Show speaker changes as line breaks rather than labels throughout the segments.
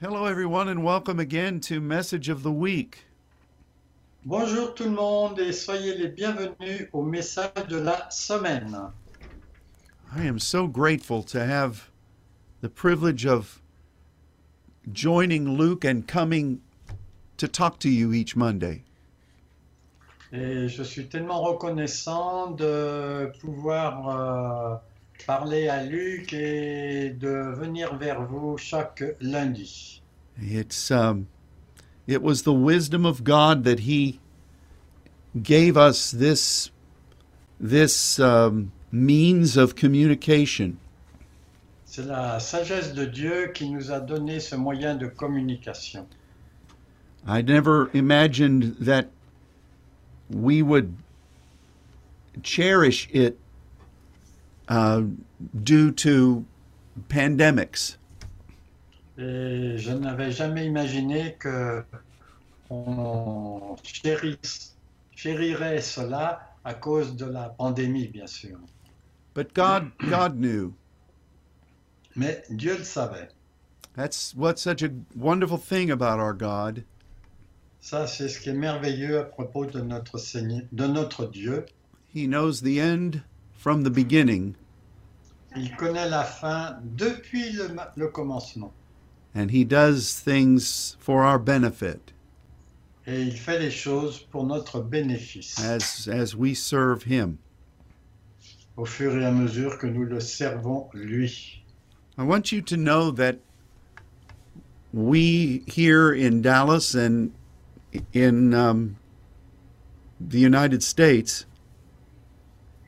Hello, everyone, and welcome again to Message of the Week.
Bonjour tout le monde et soyez les bienvenus au message de la semaine.
I am so grateful to have the privilege of joining Luke and coming to talk to you each Monday.
Et je suis tellement reconnaissant de pouvoir euh, parler à Luc et de venir vers vous chaque lundi.
It's um, it was the wisdom of God that He gave us this this um, means of communication.
C'est la sagesse de Dieu qui nous a donné ce moyen de communication.
I never imagined that we would cherish it uh, due to pandemics.
Et je n'avais jamais imaginé que on chérisse- chérirait cela à cause de la pandémie, bien sûr.
But God, God knew.
Mais Dieu le savait.
That's what's such a wonderful thing about our God
Ça, c'est ce qui est merveilleux à propos de notre Seigneur, de notre Dieu.
He knows the end from the beginning,
Il connaît la fin depuis le, ma- le commencement
and He does things for our benefit
et il fait les choses pour notre bénéfice
as as we serve Him.
au fur et à mesure que nous le servons lui.
I want you to know that we here in Dallas and in um, the United States,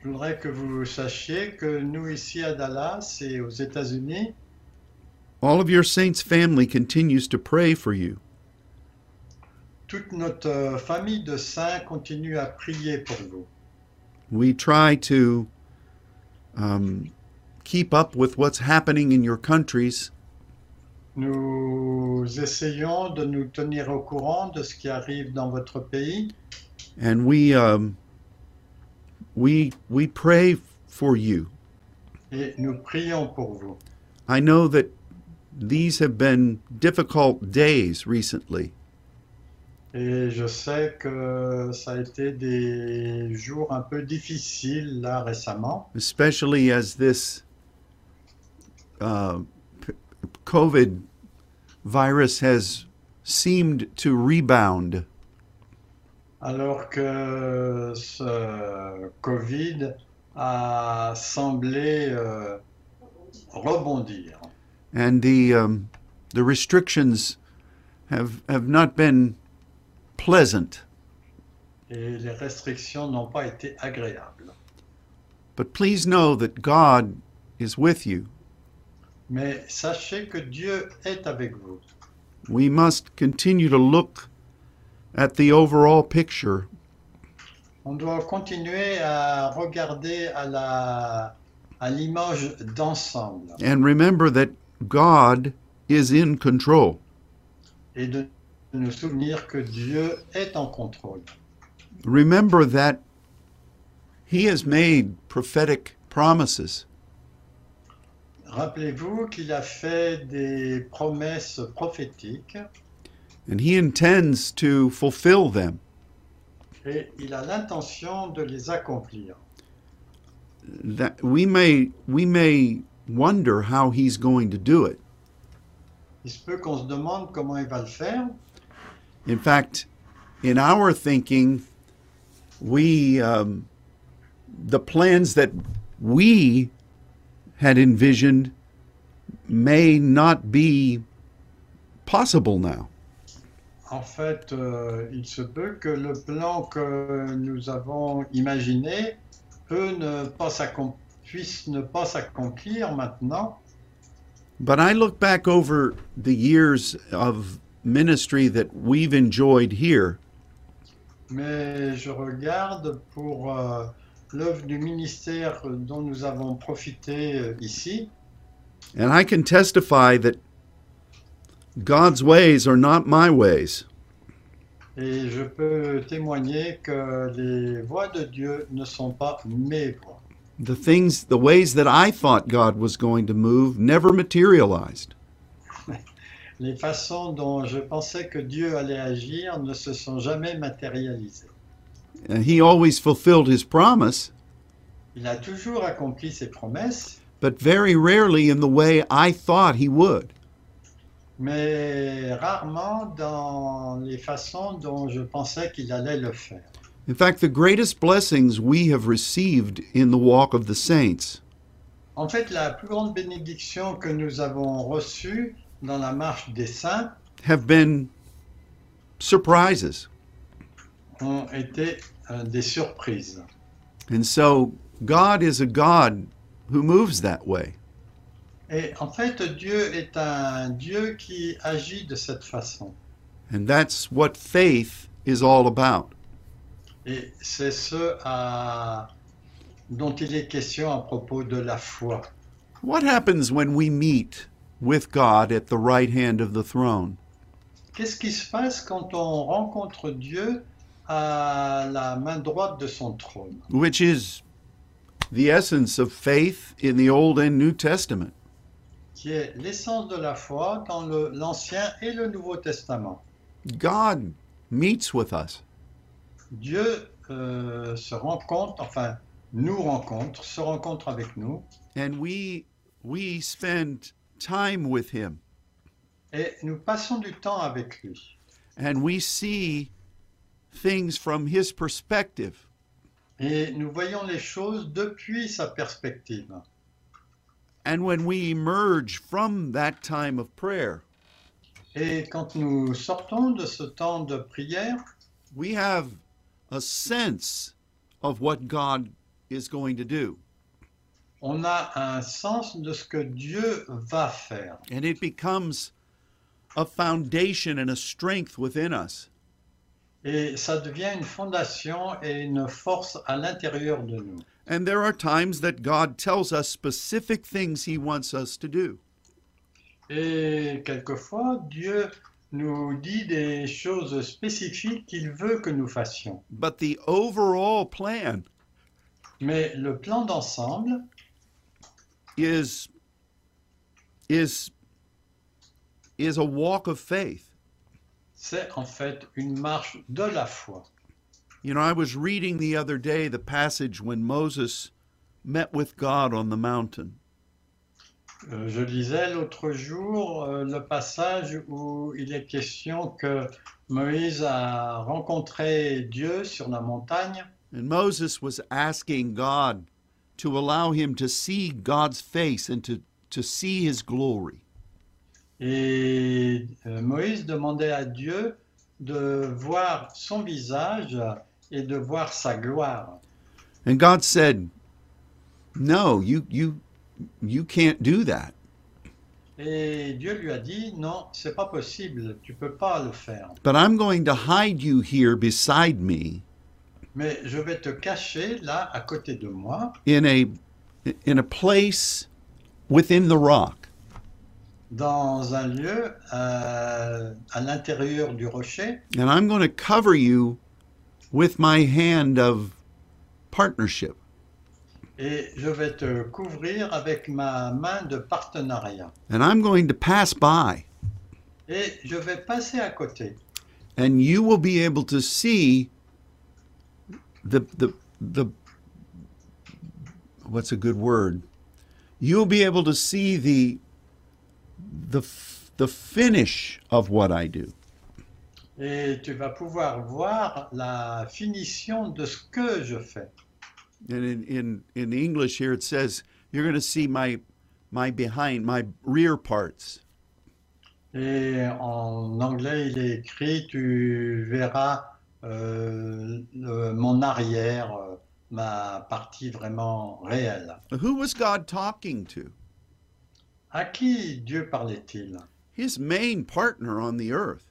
Je voudrais que vous sachiez que nous ici à Dallas et aux États-Unis,
all of your saints' family continues to pray for you.
toute notre euh, famille de saints continue à prier pour vous.
We try to um, keep up with what's happening in your countries.
Nous essayons de nous tenir au courant de ce qui arrive dans votre pays
and we um, we we pray for you.
et nous prions pour vous.
I know that these have been difficult days recently,
Et je sais que ça a été des jours un peu difficiles là récemment,
especially as this uh, p- COVID virus has seemed to rebound.
alors que ce Covid a semblé euh, rebondir.
and the um, the restrictions have have not been pleasant.
Et les restrictions n'ont pas été agréables.
But please know that God is with you.
Mais sachez que Dieu est avec vous.
We must continue to look at the overall picture
On doit continuer à regarder à la à l'image d'ensemble
and remember that God is in control.
et de nous souvenir que Dieu est en contrôle.
Remember that He has made prophetic promises,
Rappelez-vous qu'il a fait des promesses prophétiques
and He intends to fulfill them.
et il a l'intention de les accomplir.
That we may we may wonder how He's going to do it.
Il se peut qu'on se demande comment il va le faire.
In fact, in our thinking, we um, the plans that we had envisioned may not be possible now.
En fait, euh, il se peut que le plan que nous avons imaginé peut ne pas s'accom- puisse ne pas s'accomplir maintenant.
But I look back over the years of ministry that we've enjoyed here,
Mais je regarde pour euh, l'œuvre du ministère dont nous avons profité euh, ici.
and I can testify that God's ways are not my ways.
Et je peux témoigner que les voies de Dieu ne sont pas mes voies.
The things, the ways that I thought God was going to move never materialized.
les façons dont je pensais que Dieu allait agir ne se sont jamais matérialisées.
Uh, he always fulfilled his promise,
Il a toujours accompli ses promesses,
but very rarely in the way I thought he would.
mais rarement dans les façons dont je pensais qu'il allait le faire.
In fact, the greatest blessings we have received in the walk of the saints
En fait, la plus grande bénédiction que nous avons reçue dans la marche des saints
have been surprises.
ont été euh, des surprises.
And so God is a God who moves that way.
Et en fait, Dieu est un Dieu qui agit de cette façon.
And that's what faith is all about.
Et c'est ce à- dont il est question à propos de la foi.
What happens when we meet with God at the right hand of the throne?
Qu'est-ce qui se passe quand on rencontre Dieu à la main droite de son trône
which is the essence of faith in the Old and New Testament.
Qui est l'essence de la foi dans le- l'Ancien et le Nouveau Testament.
God meets with us.
Dieu euh, se rencontre, enfin nous rencontre, se rencontre avec nous
and we we spend time with him
et nous passons du temps avec lui.
and we see things from his perspective.
Et nous voyons les choses depuis sa perspective.
And when we emerge from that time of prayer,
Et quand nous sortons de ce temps de prière,
we have a sense of what God is going to do.
on a un sens de ce que Dieu va faire.
And it becomes a foundation and a strength within us.
Et ça devient une fondation et une force à l'intérieur de nous.
And there are times that God tells us specific things He wants us to do.
Et quelquefois, Dieu nous dit des choses spécifiques qu'il veut que nous fassions.
But the overall plan
Mais le plan d'ensemble
is is is a walk of faith.
c'est en fait une marche de la foi.
You know, I was reading the other day the passage when Moses met with God on the mountain.
Euh, Je lisais l'autre jour euh, le passage où il est question que Moïse a rencontré Dieu sur la montagne
And Moses was asking God to allow him to see God's face and to, to see his glory.
et euh, Moïse demandait à Dieu de voir son visage et de voir sa gloire.
And God said, No, you you you can't do that.
Et Dieu lui a dit non, c'est pas possible, tu peux pas le faire.
But I'm going to hide you here beside me
Mais je vais te cacher là à côté de moi
in a in a place within the rock.
dans un lieu euh, à l'intérieur du rocher
And I'm going to cover you with my hand of partnership.
et je vais te couvrir avec ma main de partenariat.
And I'm going to pass by
Et je vais passer à côté.
and you will be able to see the the the what's a good word? You'll be able to see the the f- the finish of what I do.
Et tu vas pouvoir voir la finition de ce que je fais.
and in, in in English here it says you're going to see my my behind my rear parts
Et en anglais, il est écrit, tu verras euh, le- mon arrière, euh, ma partie vraiment réelle.
who was god talking to
À qui Dieu parlait-il
his main partner on the earth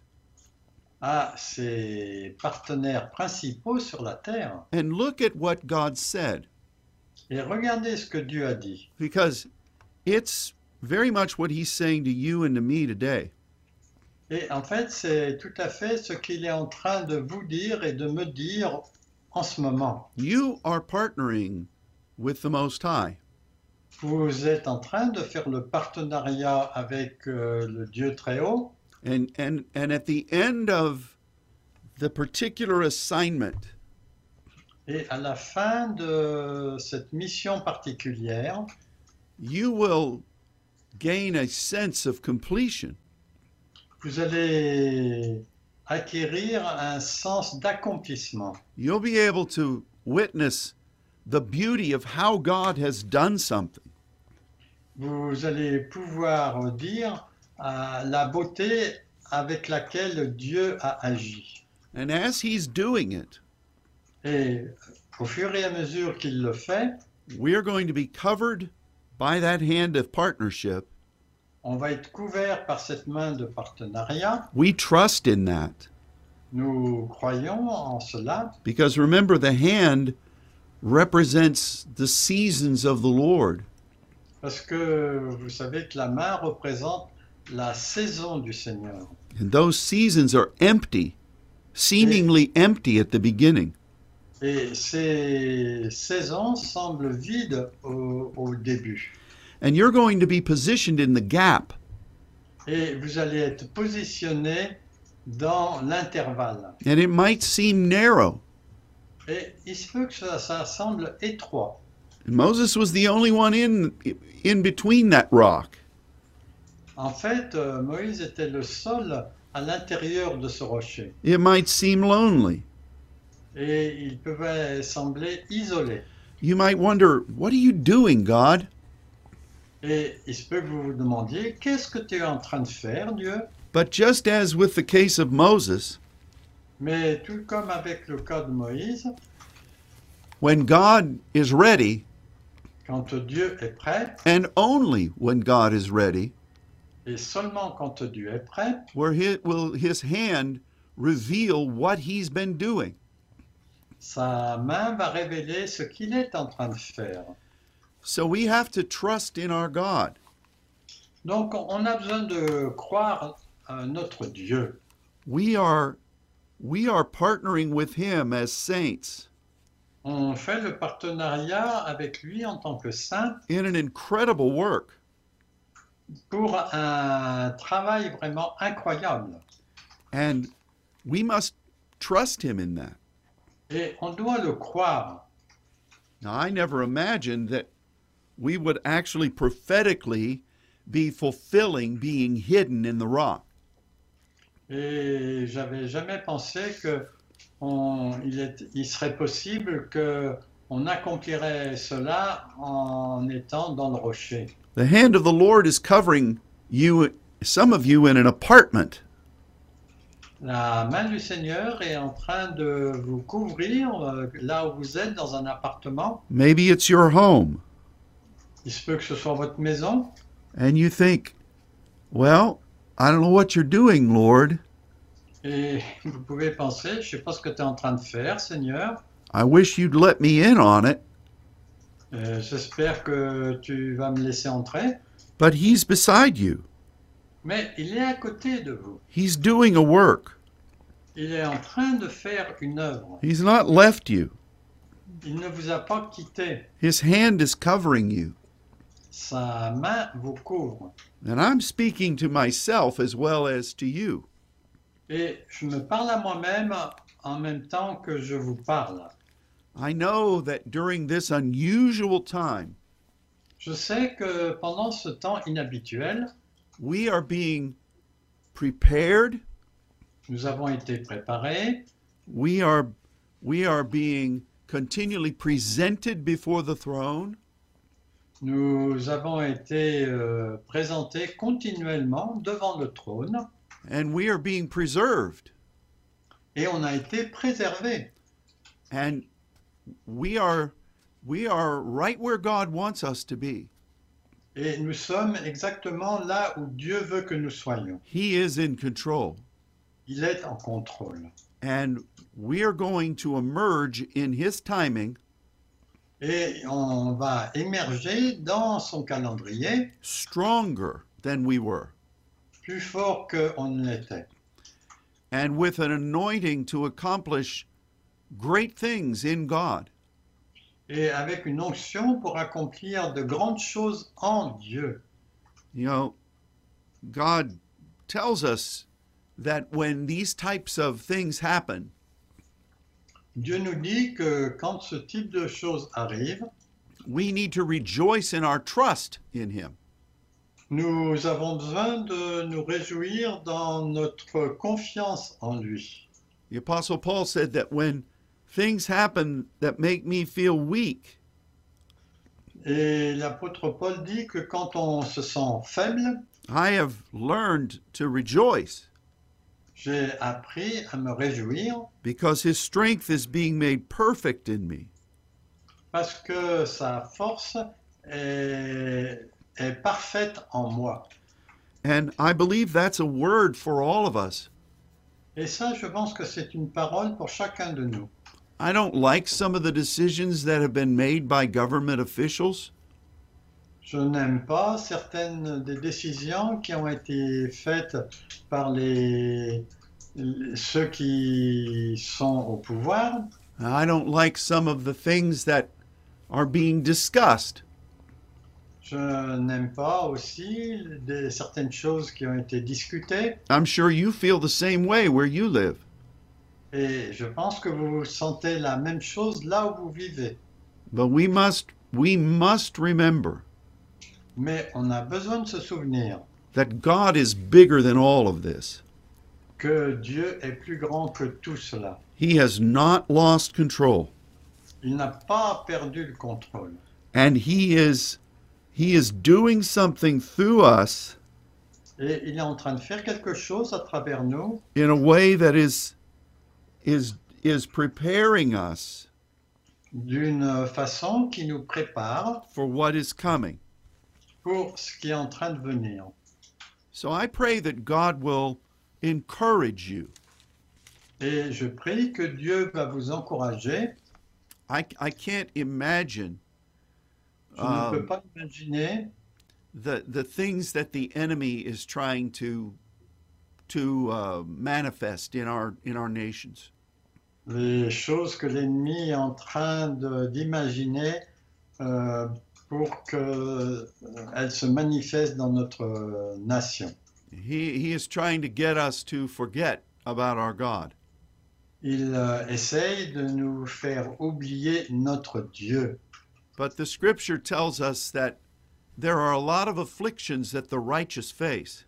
À ses partenaires principaux sur la terre.
and look at what god said
Et regardez ce que Dieu a dit.
because it's very much what he's saying to you and to me today
Et en fait, c'est tout à fait ce qu'il est en train de vous dire et de me dire en ce moment.
you are partnering with the most high
Vous êtes en train de faire le partenariat avec euh, le Dieu très haut
And, and, and at the end of the particular assignment,
Et à la fin de cette mission particulière,
you will gain a sense of completion.
vous allez acquérir un sens d'accomplissement.
You'll be able to witness the beauty of how God has done something.
Vous allez pouvoir dire euh, la beauté avec laquelle Dieu a agi.
And as He's doing it,
Et au fur et à mesure qu'il le fait,
we are going to be covered by that hand of partnership.
on va être couvert par cette main de partenariat.
We trust in that
Nous croyons en cela
because remember, the hand represents the seasons of the Lord.
parce que vous savez que la main représente la saison du Seigneur.
And those seasons are empty, seemingly empty at the beginning.
Et ces saisons semblent vides au, au début.
And you're going to be positioned in the gap.
Et vous allez être positionné dans l'intervalle.
And it might seem narrow.
Et il se peut que ça, ça semble étroit.
And Moses was the only one in in between that rock.
En fait, euh, Moïse était le seul à l'intérieur de ce rocher.
It might seem lonely.
Et il pouvait sembler isolé.
You might wonder, what are you doing, God?
Et il se peut que vous vous demandiez, qu'est-ce que tu es en train de faire, Dieu
But just as with the case of Moses,
Mais tout comme avec le cas de Moïse,
when God is ready,
quand Dieu est prêt,
and only when God is ready,
et seulement quand Dieu est prêt,
where his, will his hand reveal what he's been doing.
sa main va révéler ce qu'il est en train de faire.
So we have to trust in our God.
Donc on a besoin de croire à notre Dieu.
We are we are partnering with him as saints
On fait le partenariat avec lui en tant que saint
in an incredible work.
pour un travail vraiment incroyable.
And we must trust him in that.
Et on doit le croire.
Now, I never imagined that we would actually prophetically be fulfilling being hidden in the rock.
Et j'avais jamais pensé que on- il, est- il serait possible que on accomplirait cela en étant dans le rocher.
The hand of the Lord is covering you, some of you, in an apartment.
La main du Seigneur est en train de vous couvrir euh, là où vous êtes dans un appartement.
Maybe it's your home.
Il se peut que ce soit votre maison.
And you think, well, I don't know what you're doing, Lord.
Et vous pouvez penser, je ne sais pas ce que tu es en train de faire, Seigneur.
I wish you'd let me in on it.
Euh, J'espère que tu vas me laisser entrer.
But He's beside you,
Mais il est à côté de vous.
He's doing a work.
Il est en train de faire une œuvre.
He's not left you,
Il ne vous a pas quitté.
His hand is covering you.
Sa main vous couvre.
And I'm speaking to myself as well as to you.
Et je me parle à moi-même en même temps que je vous parle.
I know that during this unusual time,
Je sais que pendant ce temps inhabituel,
we are being prepared,
nous avons été préparés,
we are we are being continually presented before the throne,
nous avons été euh, présentés continuellement devant le trône
and we are being preserved,
et on a été préservés.
and we are we are right where God wants us to be.
Et nous sommes exactement là où Dieu veut que nous soyons.
He is in control,
Il est en contrôle.
and we are going to emerge in his timing
Et on va émerger dans son calendrier
stronger than we were.
plus fort qu'on ne l'était.
and with an anointing to accomplish great things in God.
Et avec une onction pour accomplir de grandes choses en Dieu.
You know, God tells us that when these types of things happen,
Dieu nous dit que quand ce type de choses arrive,
we need to rejoice in our trust in Him.
nous avons besoin de nous réjouir dans notre confiance en lui.
The Apostle Paul said that when things happen that make me feel weak,
Et l'apôtre Paul dit que quand on se sent faible,
I have learned to rejoice
j'ai appris à me réjouir
because His strength is being made perfect in me.
parce que sa force est, est parfaite en moi.
And I believe that's a word for all of us.
Et ça, je pense que c'est une parole pour chacun de nous.
I don't like some of the decisions that have been made by government officials,
Je n'aime pas certaines des décisions qui ont été faites par les, ceux qui sont au pouvoir.
I don't like some of the things that are being discussed.
Je n'aime pas aussi des, certaines choses qui ont été discutées.
I'm sure you feel the same way where you live.
Et je pense que vous sentez la même chose là où vous vivez.
But we must we must remember
Mais on a besoin de se souvenir
that God is bigger than all of this.
que Dieu est plus grand que tout cela.
He has not lost control
Il n'a pas perdu le contrôle.
and he is he is doing something through us
Et il est en train de faire quelque chose à travers nous
in a way that is is is preparing us
d'une façon qui nous prépare
for what is coming.
pour ce qui est en train de venir.
So I pray that God will encourage you.
Et je prie que Dieu va vous encourager.
I, I can't imagine
Je
um,
ne peux pas imaginer
the the things that the enemy is trying to to uh, manifest in our in our nations.
les choses que l'ennemi est en train de- d'imaginer euh, pour qu'elles se manifestent dans notre euh, nation.
He he is trying to get us to forget about our God.
Il euh, essaye de nous faire oublier notre Dieu.
But the Scripture tells us that there are a lot of afflictions that the righteous face,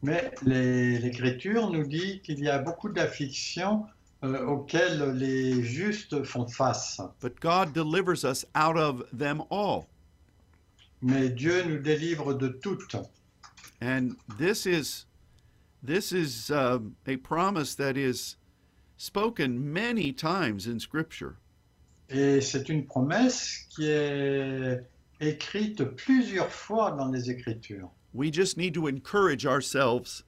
Mais les- l'Écriture nous dit qu'il y a beaucoup d'afflictions euh, auxquelles les justes font face.
but God delivers us out of them all.
Mais Dieu nous délivre de toutes.
And this is this is um, a promise that is spoken many times in Scripture.
Et c'est une promesse qui est écrite plusieurs fois dans les Écritures.
We just need to encourage ourselves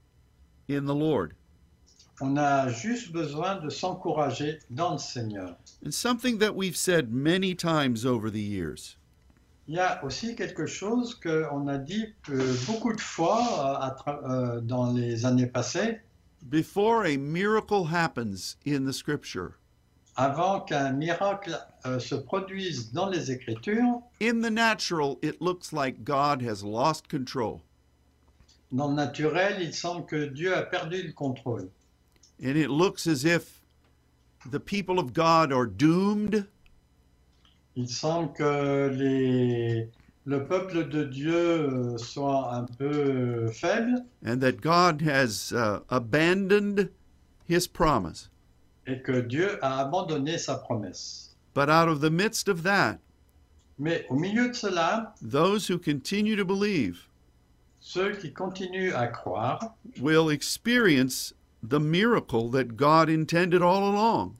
in the Lord.
On a juste besoin de s'encourager dans le Seigneur.
And something that we've said many times over the years
Il y a aussi quelque chose qu'on a dit euh, beaucoup de fois euh, à tra- euh, dans les années passées,
before a miracle happens in the scripture,
avant qu'un miracle euh, se produise dans les Écritures,
in the natural, it looks like God has lost control.
dans le naturel, il semble que Dieu a perdu le contrôle.
And it looks as if the people of God are doomed
Il semble que les- le peuple de Dieu euh, soit un peu euh, faible
and that God has uh, abandoned his promise.
et que Dieu a abandonné sa promesse.
But out of the midst of that,
Mais au milieu de cela,
those who continue to believe
ceux qui continuent à croire
will experience the miracle that God intended all along.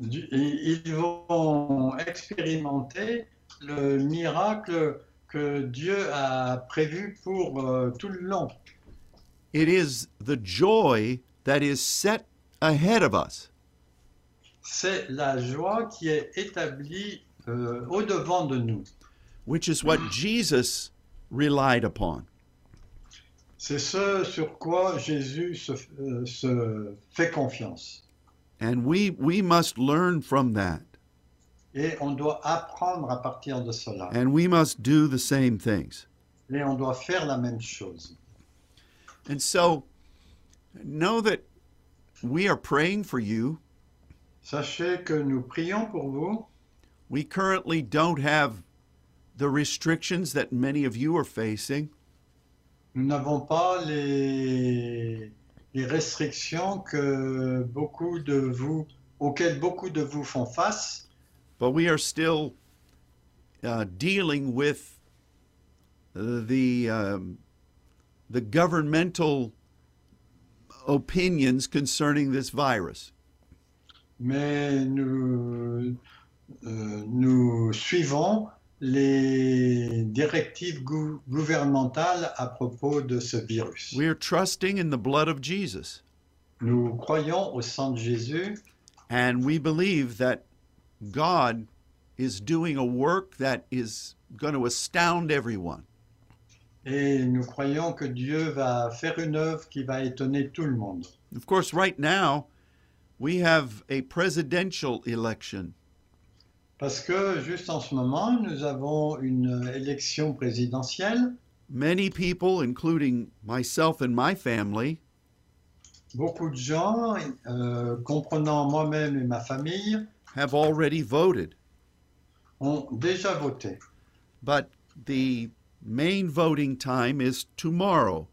du- i- ils vont expérimenter le miracle que Dieu a prévu pour euh, tout le long.
It is the joy that is set ahead of us.
C'est la joie qui est établie euh, au-devant de nous.
which is what Jesus relied upon.
C'est ce sur quoi Jésus se, euh, se fait confiance.
And we, we must learn from that.
Et on doit apprendre à partir de cela.
And we must do the same things.
Et on doit faire la même chose.
And so know that we are praying for you.
Sachez que nous prions pour vous.
We currently don't have the restrictions that many of you are facing,
Nous n'avons pas les, les restrictions que beaucoup de vous, auxquelles beaucoup de vous font face,
but we are still uh, dealing with the um, the governmental opinions concerning this virus.
mais nous, euh, nous suivons les directives gou- gouvernementales à propos de ce virus.
We are trusting in the blood of Jesus,
Nous croyons au sang de Jésus
and we believe that God is doing a work that is going to astound everyone.
et nous croyons que Dieu va faire une œuvre qui va étonner tout le monde.
Of course, right now we have a presidential election.
Parce que juste en ce moment, nous avons une élection présidentielle.
Many people, including myself and my family,
Beaucoup de gens, euh, comprenant moi-même et ma famille,
have already voted,
ont déjà voté.
but the main voting time is tomorrow.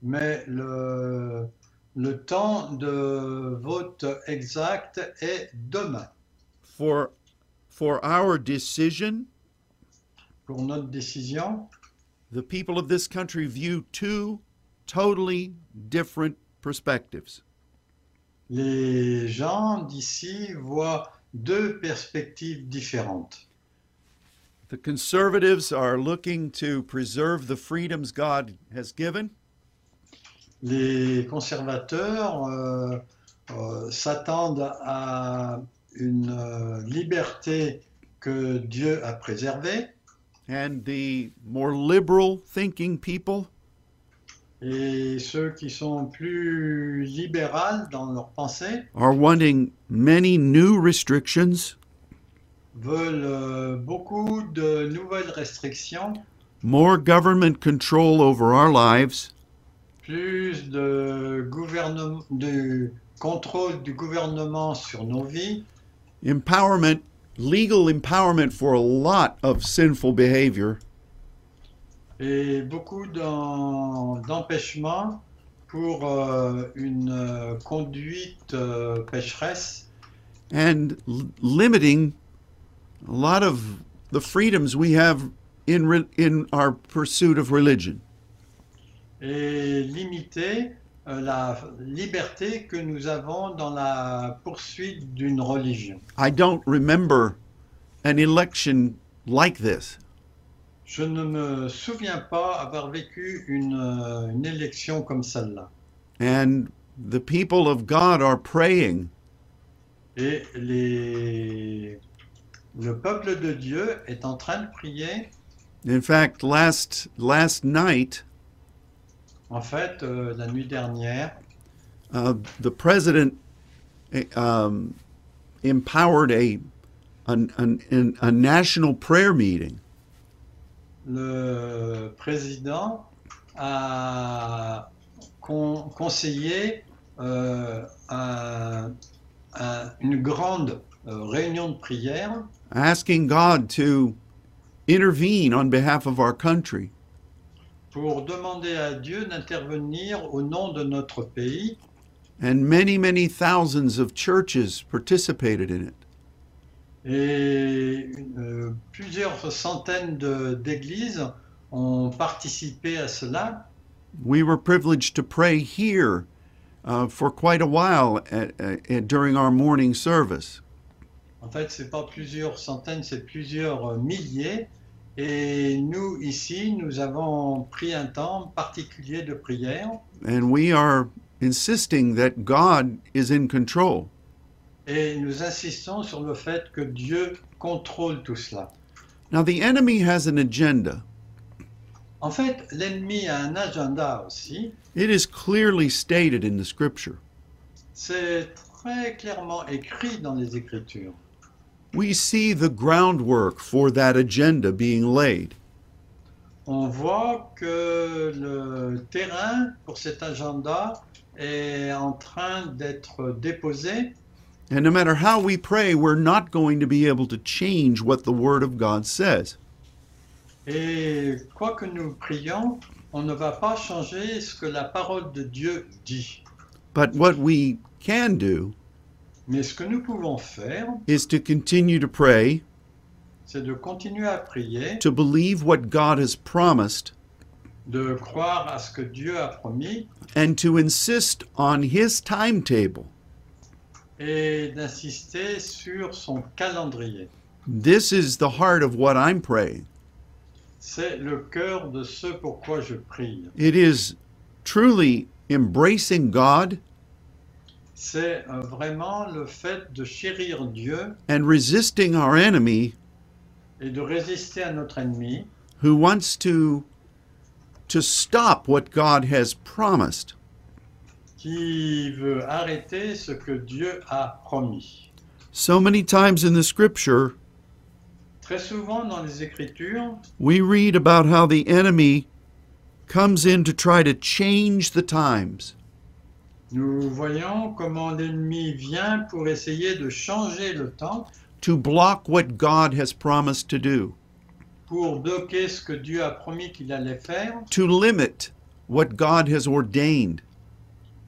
Mais le, le temps de vote exact est demain
For for our decision,
pour notre décision.
the people of this country view two totally different perspectives.
Les gens d'ici voient deux perspectives différentes.
The conservatives are looking to preserve the freedoms God has given,
Les conservateurs euh, euh, s'attendent à une euh, liberté que Dieu a préservée
and the more liberal thinking people
et ceux qui sont plus libéraux dans leurs pensées
are wanting many new restrictions,
veulent euh, beaucoup de nouvelles restrictions,
more government control over our lives,
plus de, gouvernem- de contrôle du gouvernement sur nos vies
empowerment, legal empowerment for a lot of sinful behavior,
et beaucoup d'en- d'empêchements pour euh, une euh, conduite euh, pécheresse
and l- limiting a lot of the freedoms we have in, re- in our pursuit of religion.
et limiter euh, la liberté que nous avons dans la poursuite d'une religion.
I don't remember an election like this.
Je ne me souviens pas avoir vécu une, euh, une élection comme celle-là.
And the people of God are praying
Et les... le peuple de Dieu est en train de prier.
In fact, last last night,
En fait, euh, la nuit dernière,
uh, the president eh, um, empowered a an, an, an, a national prayer meeting,
le président a con- conseillé euh, un- un- une grande euh, réunion de prière
asking God to intervene on behalf of our country.
pour demander à Dieu d'intervenir au nom de notre pays.
And many many thousands of churches participated in it.
Et euh, plusieurs centaines de- d'églises ont participé à cela.
We were privileged to pray here uh, for quite a while at, at, at- during our morning service.
En fait, c'est pas plusieurs centaines, c'est plusieurs euh, milliers. Et nous, ici, nous avons pris un temps particulier de prière
And we are insisting that God is in control.
et nous insistons sur le fait que Dieu contrôle tout cela.
Now, the enemy has an agenda.
En fait, l'ennemi a un agenda aussi.
It is clearly stated in the scripture.
C'est très clairement écrit dans les Écritures.
We see the groundwork for that agenda being laid.
on voit que le terrain pour cet agenda est en train d'être déposé.
And no matter how we pray, we're not going to be able to change what the Word of God says.
Et quoi que nous prions, on ne va pas changer ce que la parole de Dieu dit.
But what we can do
Mais ce que nous pouvons faire,
is to continue to pray,
c'est de continuer à prier,
to believe what God has promised,
de croire à ce que Dieu a promis
and to insist on His timetable.
et d'insister sur son calendrier.
This is the heart of what I'm praying.
C'est le cœur de ce pourquoi je prie.
It is truly embracing God
C'est euh, vraiment le fait de chérir Dieu
and resisting our enemy
et de résister à notre ennemi
who wants to to stop what God has promised.
qui veut arrêter ce que Dieu a promis.
So many times in the scripture
Très souvent dans les Écritures,
we read about how the enemy comes in to try to change the times.
nous voyons comment l'ennemi vient pour essayer de changer le temps,
to block what God has promised to do,
pour bloquer ce que Dieu a promis qu'il allait faire,
to limit what God has ordained.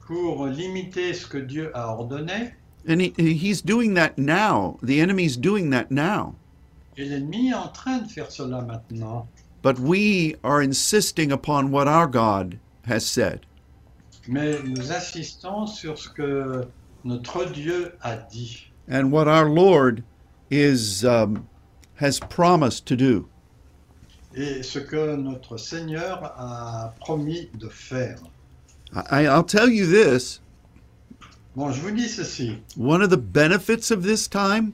pour limiter ce que Dieu a ordonné.
And he, he's doing that now. The enemy's doing that now.
Et l'ennemi est en train de faire cela maintenant.
But we are insisting upon what our God has said.
Mais nous insistons sur ce que notre Dieu a dit
And what our Lord is um, has promised to do.
et ce que notre Seigneur a promis de faire.
I, I'll tell you this
Bon, je vous dis ceci.
one of the benefits of this time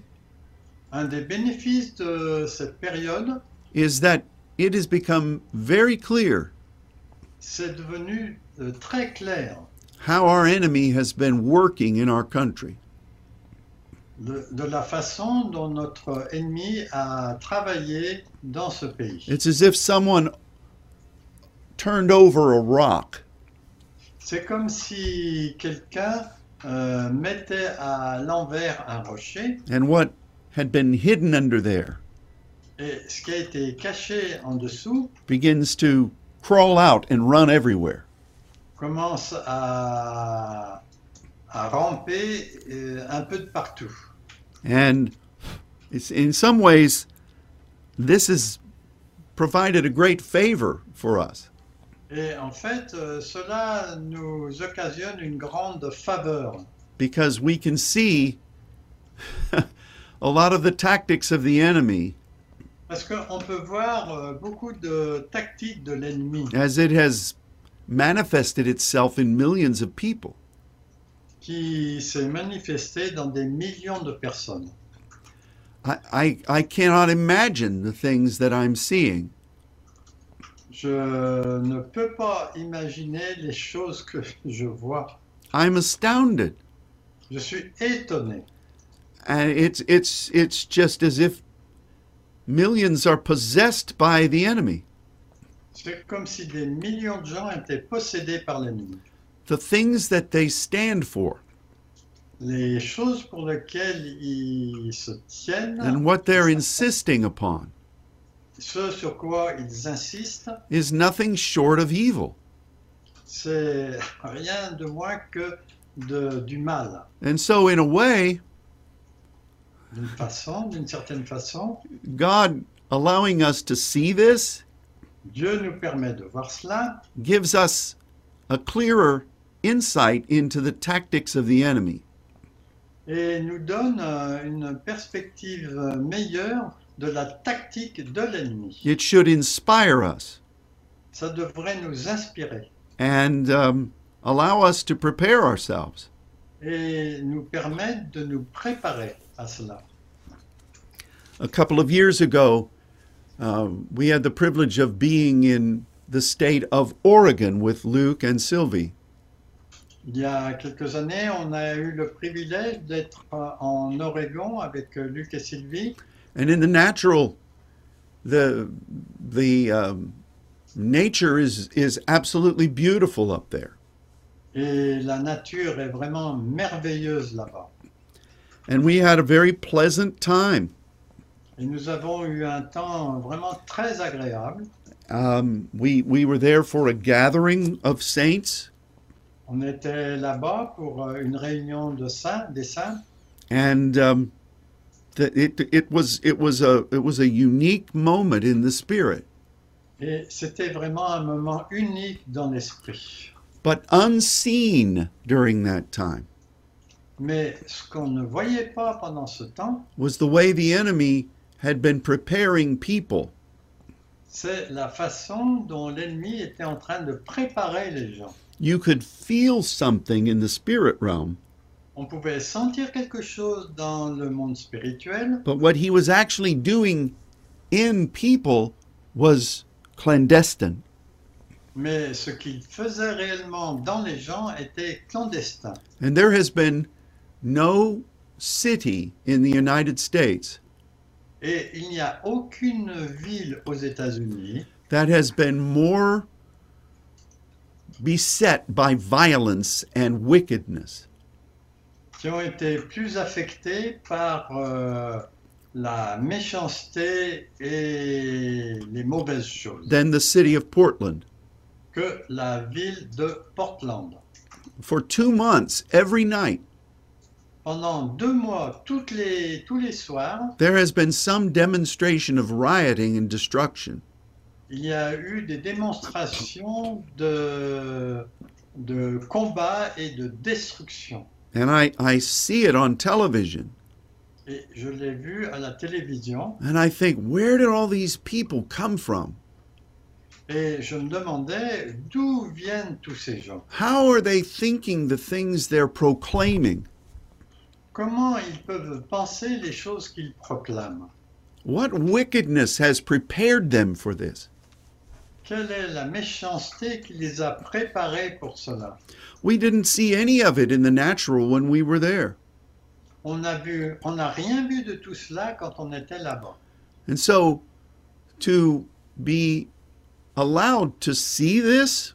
Un des bénéfices de cette période,
is that it has become very clear
c'est devenu euh, très clair
how our enemy has been working in our country.
de, de la façon dont notre ennemi a travaillé dans ce pays.
It's as if someone turned over a rock
C'est comme si quelqu'un euh, mettait à l'envers un rocher
and what had been hidden under there
et ce qui a été caché en dessous
begins to crawl out and run everywhere.
commence à, à ramper euh, un peu de partout.
And it's in some ways this has provided a great favor for us
Et en fait, euh, cela nous occasionne une grande faveur
because we can see a lot of the tactics of the enemy
parce qu'on peut voir euh, beaucoup de tactiques de l'ennemi
as it has manifested itself in millions of people.
qui s'est manifestée dans des millions de personnes.
I, I, I cannot imagine the things that I'm seeing.
Je ne peux pas imaginer les choses que je vois.
I'm astounded.
Je suis étonné.
And it's it's it's just as if millions are possessed by the enemy.
C'est comme si des millions de gens étaient possédés par l'ennemi.
The things that they stand for
Les choses pour lesquelles ils se
and
tiennent,
what they're insisting upon
ce sur quoi ils insistent,
is nothing short of evil.
c'est rien de moins que de- du mal.
And so in a way,
D'une façon, d'une certaine façon,
God allowing us to see this
Dieu nous permet de voir cela
gives us a clearer insight into the tactics of the enemy.
et nous donne euh, une perspective euh, meilleure de la tactique de l'ennemi.
It should inspire us
Ça devrait nous inspirer
and um, allow us to prepare ourselves.
et nous permettre de nous préparer à cela.
a couple of years ago, um, we had the privilege of being in the state of Oregon with Luke and Sylvie.
Il y a quelques années, on a eu le privilège d'être euh, en Oregon avec euh, Luc et Sylvie
And in the natural, the the um, Nature is, is absolutely beautiful up there.
Et la nature est vraiment merveilleuse là-bas.
And we had a very pleasant time.
Et nous avons eu un temps vraiment très agréable.
Um, we, we were there for a gathering of saints,
On était là-bas pour euh, une réunion de saints, des saints,
and um, the, it, it, was, it, was a, it was a unique moment in the Spirit.
et c'était vraiment un moment unique dans l'esprit.
but unseen during that time
Mais ce qu'on ne voyait pas pendant ce temps,
was the way the enemy had been preparing people
c'est la façon dont l'ennemi était en train de préparer les gens.
you could feel something in the spirit realm
On pouvait sentir quelque chose dans le monde spirituel,
but what he was actually doing in people was clandestine
mais ce qu'il faisait réellement dans les gens était clandestin.
and there has been no city in the united states
Et il n'y a aucune ville aux États-Unis
that has been more beset by violence and wickedness
qui ont été plus affectées par euh, la méchanceté et les mauvaises choses
than the city of portland
que la ville de Portland.
for two months every night
Pendant deux mois, toutes les, tous les soirs,
There has been some demonstration of rioting and destruction.
il y a eu des démonstrations de, de combat et de destruction.
And I, I see it on television.
Et je l'ai vu à la télévision
And I think, where did all these people come from?
et je me demandais d'où viennent tous ces gens.
How are they thinking the things they're proclaiming?
Comment ils peuvent penser les choses qu'ils proclament
What wickedness has prepared them for this?
Quelle est la méchanceté qui les a préparés pour cela
We didn't see any of it in the natural when we were there.
On a vu, on n'a rien vu de tout cela quand on était là-bas.
And so to be allowed to see this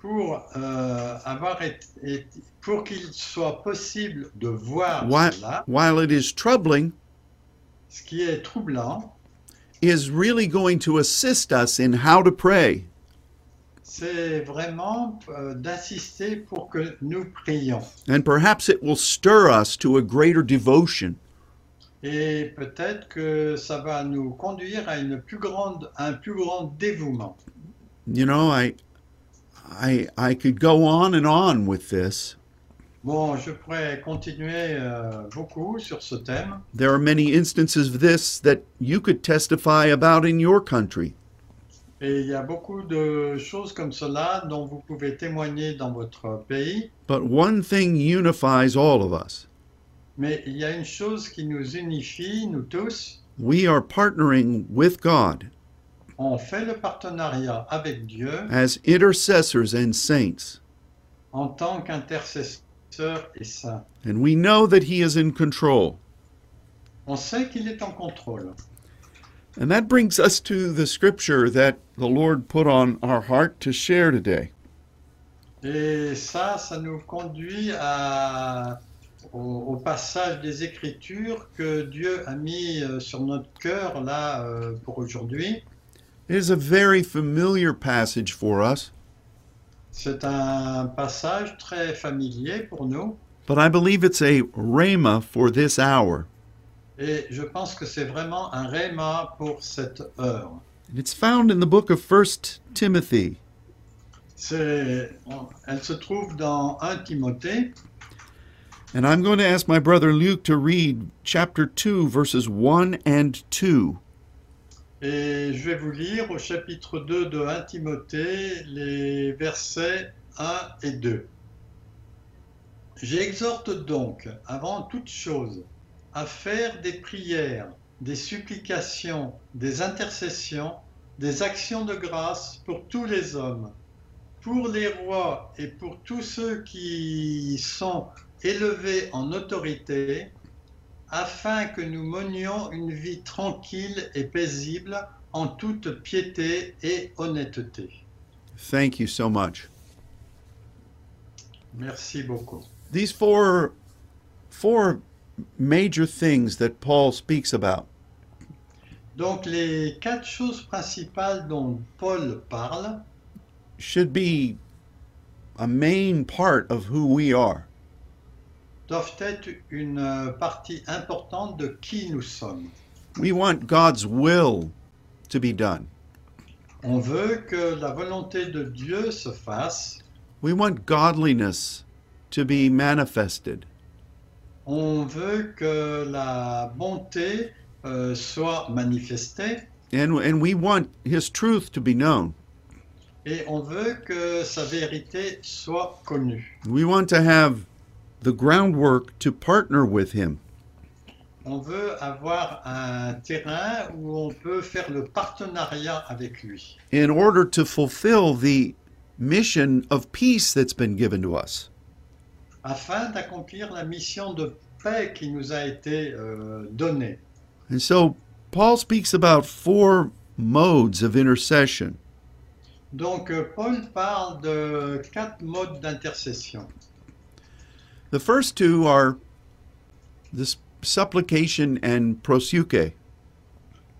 Pour euh, avoir été- été- pour qu'il soit possible de voir
while,
cela,
while it is troubling
ce qui est troublant,
is really going to assist us in how to pray.
c'est vraiment euh, d'insister pour que nous prions.
and perhaps it will stir us to a greater devotion.
Et peut-être que ça va nous conduire à une plus grande, un plus grand dévouement.
You know, I, I, I could go on and on with this.
Bon, je pourrais continuer euh, beaucoup sur ce thème.
There are many instances of this that you could testify about in your country.
Et il y a beaucoup de choses comme cela dont vous pouvez témoigner dans votre pays.
But one thing unifies all of us
Mais il y a une chose qui nous unifie, nous tous.
we are partnering with God
On fait le partenariat avec Dieu
as intercessors and saints,
en tant qu'intercesseur et saint.
and we know that He is in control.
On sait qu'il est en contrôle.
And that brings us to the scripture that the Lord put on our heart to share today.
Et ça, ça nous conduit à- au, au passage des Écritures que Dieu a mis euh, sur notre cœur là euh, pour aujourd'hui.
It is a very familiar passage for us,
C'est un passage très familier pour nous
but I believe it's a rhema for this hour.
et je pense que c'est vraiment un réma pour cette heure.
And It's found in the book of 1 Timothy,
C'est- on- elle se trouve dans 1 Timothée
and I'm going to ask my brother Luke to read chapter 2, verses 1 and 2.
et je vais vous lire au chapitre 2 de 1 Timothée les versets 1 et 2. J'exhorte donc, avant toute chose, à faire des prières, des supplications, des intercessions, des actions de grâce pour tous les hommes, pour les rois et pour tous ceux qui sont élevés en autorité, afin que nous menions une vie tranquille et paisible en toute piété et honnêteté.
Thank you so much.
Merci beaucoup.
These four four major things that Paul speaks about
Donc les quatre choses principales dont Paul parle
should be a main part of who we are.
doivent être une partie importante de qui nous sommes.
We want God's will to be done.
On veut que la volonté de Dieu se fasse,
We want godliness to be manifested.
on veut que la bonté euh, soit manifestée
And and we want his truth to be known.
et on veut que sa vérité soit connue.
We want to have the groundwork to partner with him.
On veut avoir un terrain où on peut faire le partenariat avec lui.
in order to fulfill the mission of peace that's been given to us.
afin d'accomplir la mission de paix qui nous a été euh, donnée.
And so Paul speaks about four modes of intercession.
Donc euh, Paul parle de quatre modes d'intercession.
The first two are this supplication and prosuke.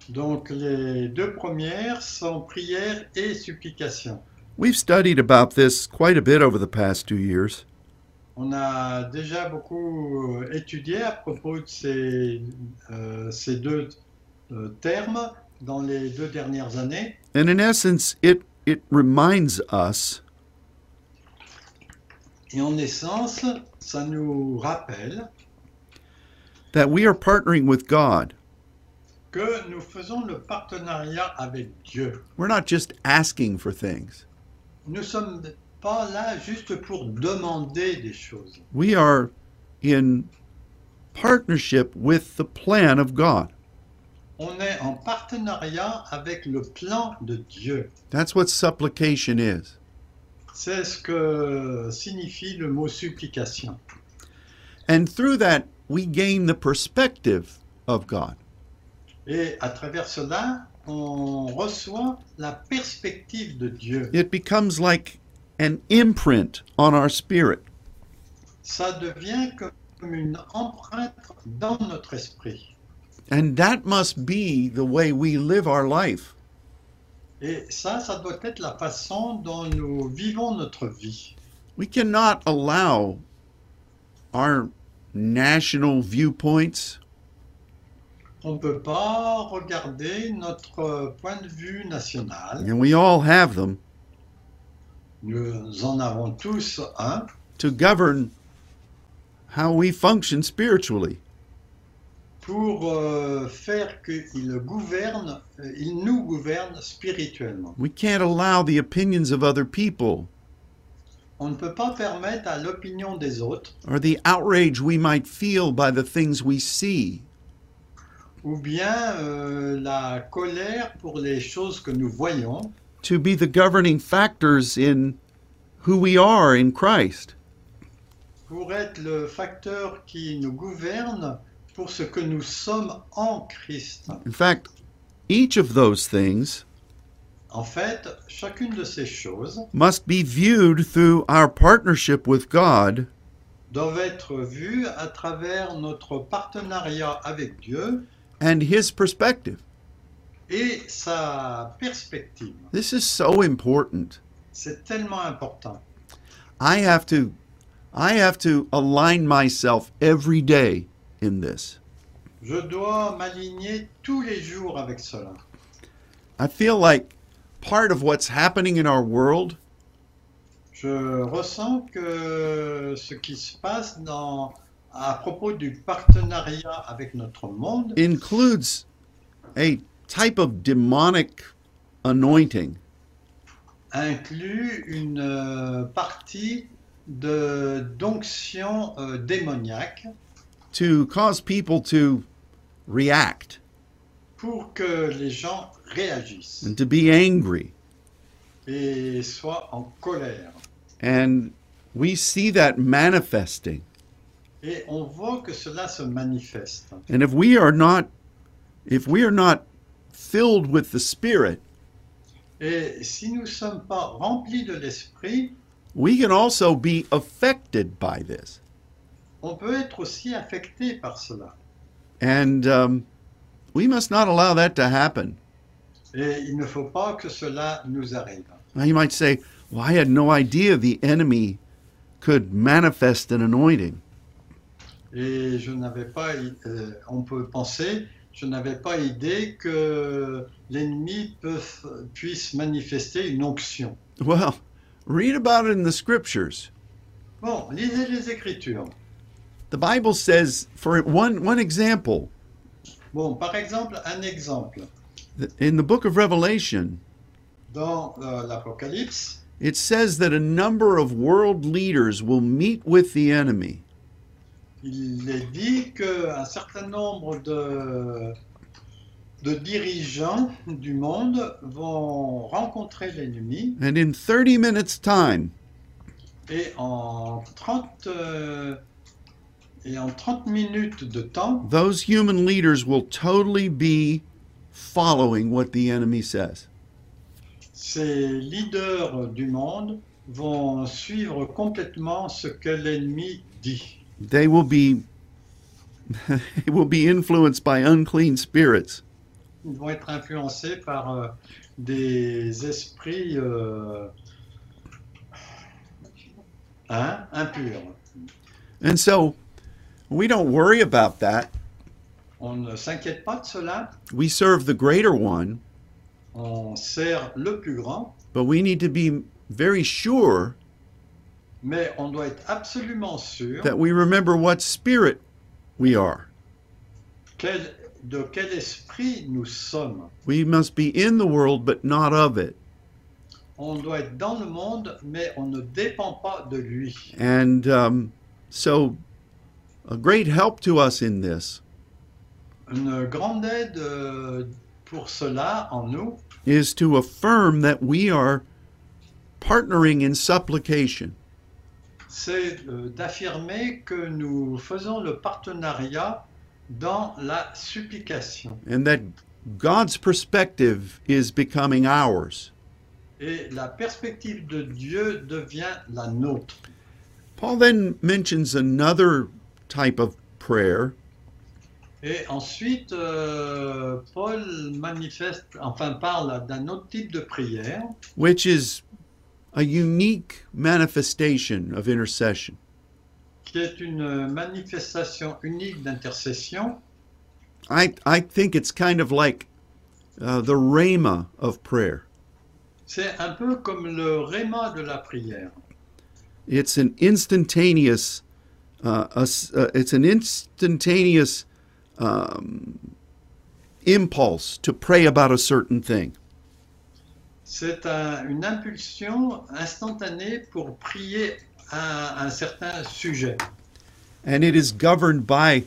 Donc les deux premières sont prière et supplication.
We've studied about this quite a bit over the past two years,
On a déjà beaucoup euh, étudié à propos de ces, euh, ces deux euh, termes dans les deux dernières années.
and in essence, it it reminds us
Et en essence, ça nous rappelle
that we are partnering with God.
que nous faisons le partenariat avec Dieu.
We're not just asking for things.
Nous sommes pas là juste pour demander des choses.
We are in partnership with the plan of God.
On est en partenariat avec le plan de Dieu.
That's what supplication is.
C'est ce que signifie le mot supplication.
And through that, we gain the perspective of God.
Et à travers cela, on reçoit la perspective de Dieu.
It becomes like an imprint on our spirit.
Ça devient comme une empreinte dans notre esprit.
And that must be the way we live our life.
Et ça, ça doit être la façon dont nous vivons notre vie.
We cannot allow our national viewpoints
On ne peut pas regarder notre euh, point de vue national.
and we all have them
Nous en avons tous un
to govern how we function spiritually.
pour euh, faire qu'il gouverne, euh, il nous gouverne spirituellement.
We can't allow the opinions of other people
On ne peut pas permettre à l'opinion des autres
or the outrage we might feel by the things we see
ou bien euh, la colère pour les choses que nous voyons
to be the governing factors in who we are in Christ.
pour être le facteur qui nous gouverne pour ce que nous sommes en Christ.
In fact, each of those things
En fait, chacune de ces choses
must be viewed through our partnership with God
doivent être vues à travers notre partenariat avec Dieu
and His perspective.
et sa perspective.
This is so important.
C'est tellement important.
I have to I have to align myself every day in this.
Je dois m'aligner tous les jours avec cela.
I feel like part of what's happening in our world
Je ressens que ce qui se passe dans- à propos du partenariat avec notre monde
includes a type of demonic anointing
inclut une euh, partie de d'onction euh, démoniaque
to cause people to react
pour que les gens réagissent
and to be angry.
et soient en colère.
And we see that manifesting.
Et on voit que cela se manifeste.
And if we are not if we are not filled with the Spirit,
Et si nous ne sommes pas remplis de l'esprit,
we can also be affected by this.
on peut être aussi affecté par cela.
And um, we must not allow that to happen.
Et il ne faut pas que cela nous arrive.
Now you might say, Well, I had no idea the enemy could manifest an anointing.
Et je n'avais pas, euh, on peut penser, je n'avais pas idée que l'ennemi peut- puisse manifester une onction.
Well, read about it in the scriptures.
Bon, lisez les Écritures.
The Bible says, for one, one example,
Bon, par exemple, un exemple.
th- in the book of Revelation,
Dans euh, l'Apocalypse,
it says that a number of world leaders will meet with the enemy.
il est dit qu'un certain nombre de, de dirigeants du monde vont rencontrer l'ennemi
And in 30 minutes' time,
et en 30, euh, et en 30 minutes de temps,
those human leaders will totally be following what the enemy says.
ces leaders du monde vont suivre complètement ce que l'ennemi dit.
They will be they will be influenced by unclean spirits.
Ils vont être influencés par euh, des esprits euh, hein, impurs.
And so we don't worry about that.
On ne s'inquiète pas de cela,
We serve the greater one,
on sert le plus grand,
but we need to be very sure
mais on doit être absolument sûr
that we remember what spirit we are.
quel- de quel esprit nous sommes.
We must be in the world but not of it.
On doit être dans le monde, mais on ne dépend pas de lui.
And um, so a great help to us in this
Une grande aide euh, pour cela en nous,
is to affirm that we are partnering in supplication.
c'est euh, d'affirmer que nous faisons le partenariat dans la supplication.
and that God's perspective is becoming ours.
Et la perspective de Dieu devient la nôtre.
Paul then mentions another type of prayer,
Et ensuite, euh, Paul manifeste, enfin parle d'un autre type de prière
which is a unique manifestation of intercession.
qui est une manifestation unique d'intercession.
I, I think it's kind of like uh, the rhema of prayer.
C'est un peu comme le réma de la prière.
It's an instantaneous, uh, us- uh, it's an instantaneous um, impulse to pray about a certain thing.
C'est un- une impulsion instantanée pour prier à un certain sujet.
and it is governed by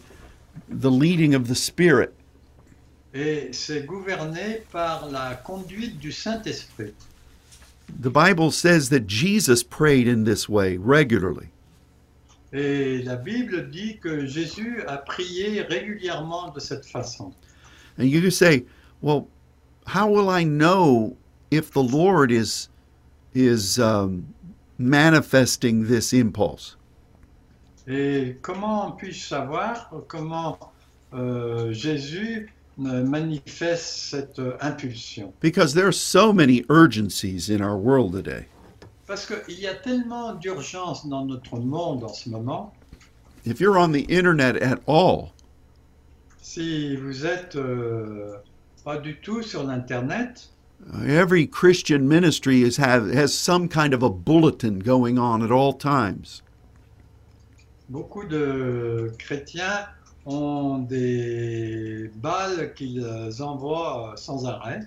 the leading of the Spirit.
Et c'est gouverné par la conduite du Saint-Esprit.
The Bible says that Jesus prayed in this way regularly.
Et la Bible dit que Jésus a prié régulièrement de cette façon.
And you could say, well, how will I know if the Lord is is um, manifesting this impulse?
Et comment puis-je savoir comment euh, Jésus euh, manifeste cette euh, impulsion
Because there are so many urgencies in our world today,
Parce qu'il y a tellement d'urgence dans notre monde en ce moment.
if you're on the internet at all,
Si vous êtes euh, pas du tout sur l'Internet,
every Christian ministry is have has some kind of a bulletin going on at all times.
beaucoup de chrétiens ont des balles qu'ils envoient sans arrêt.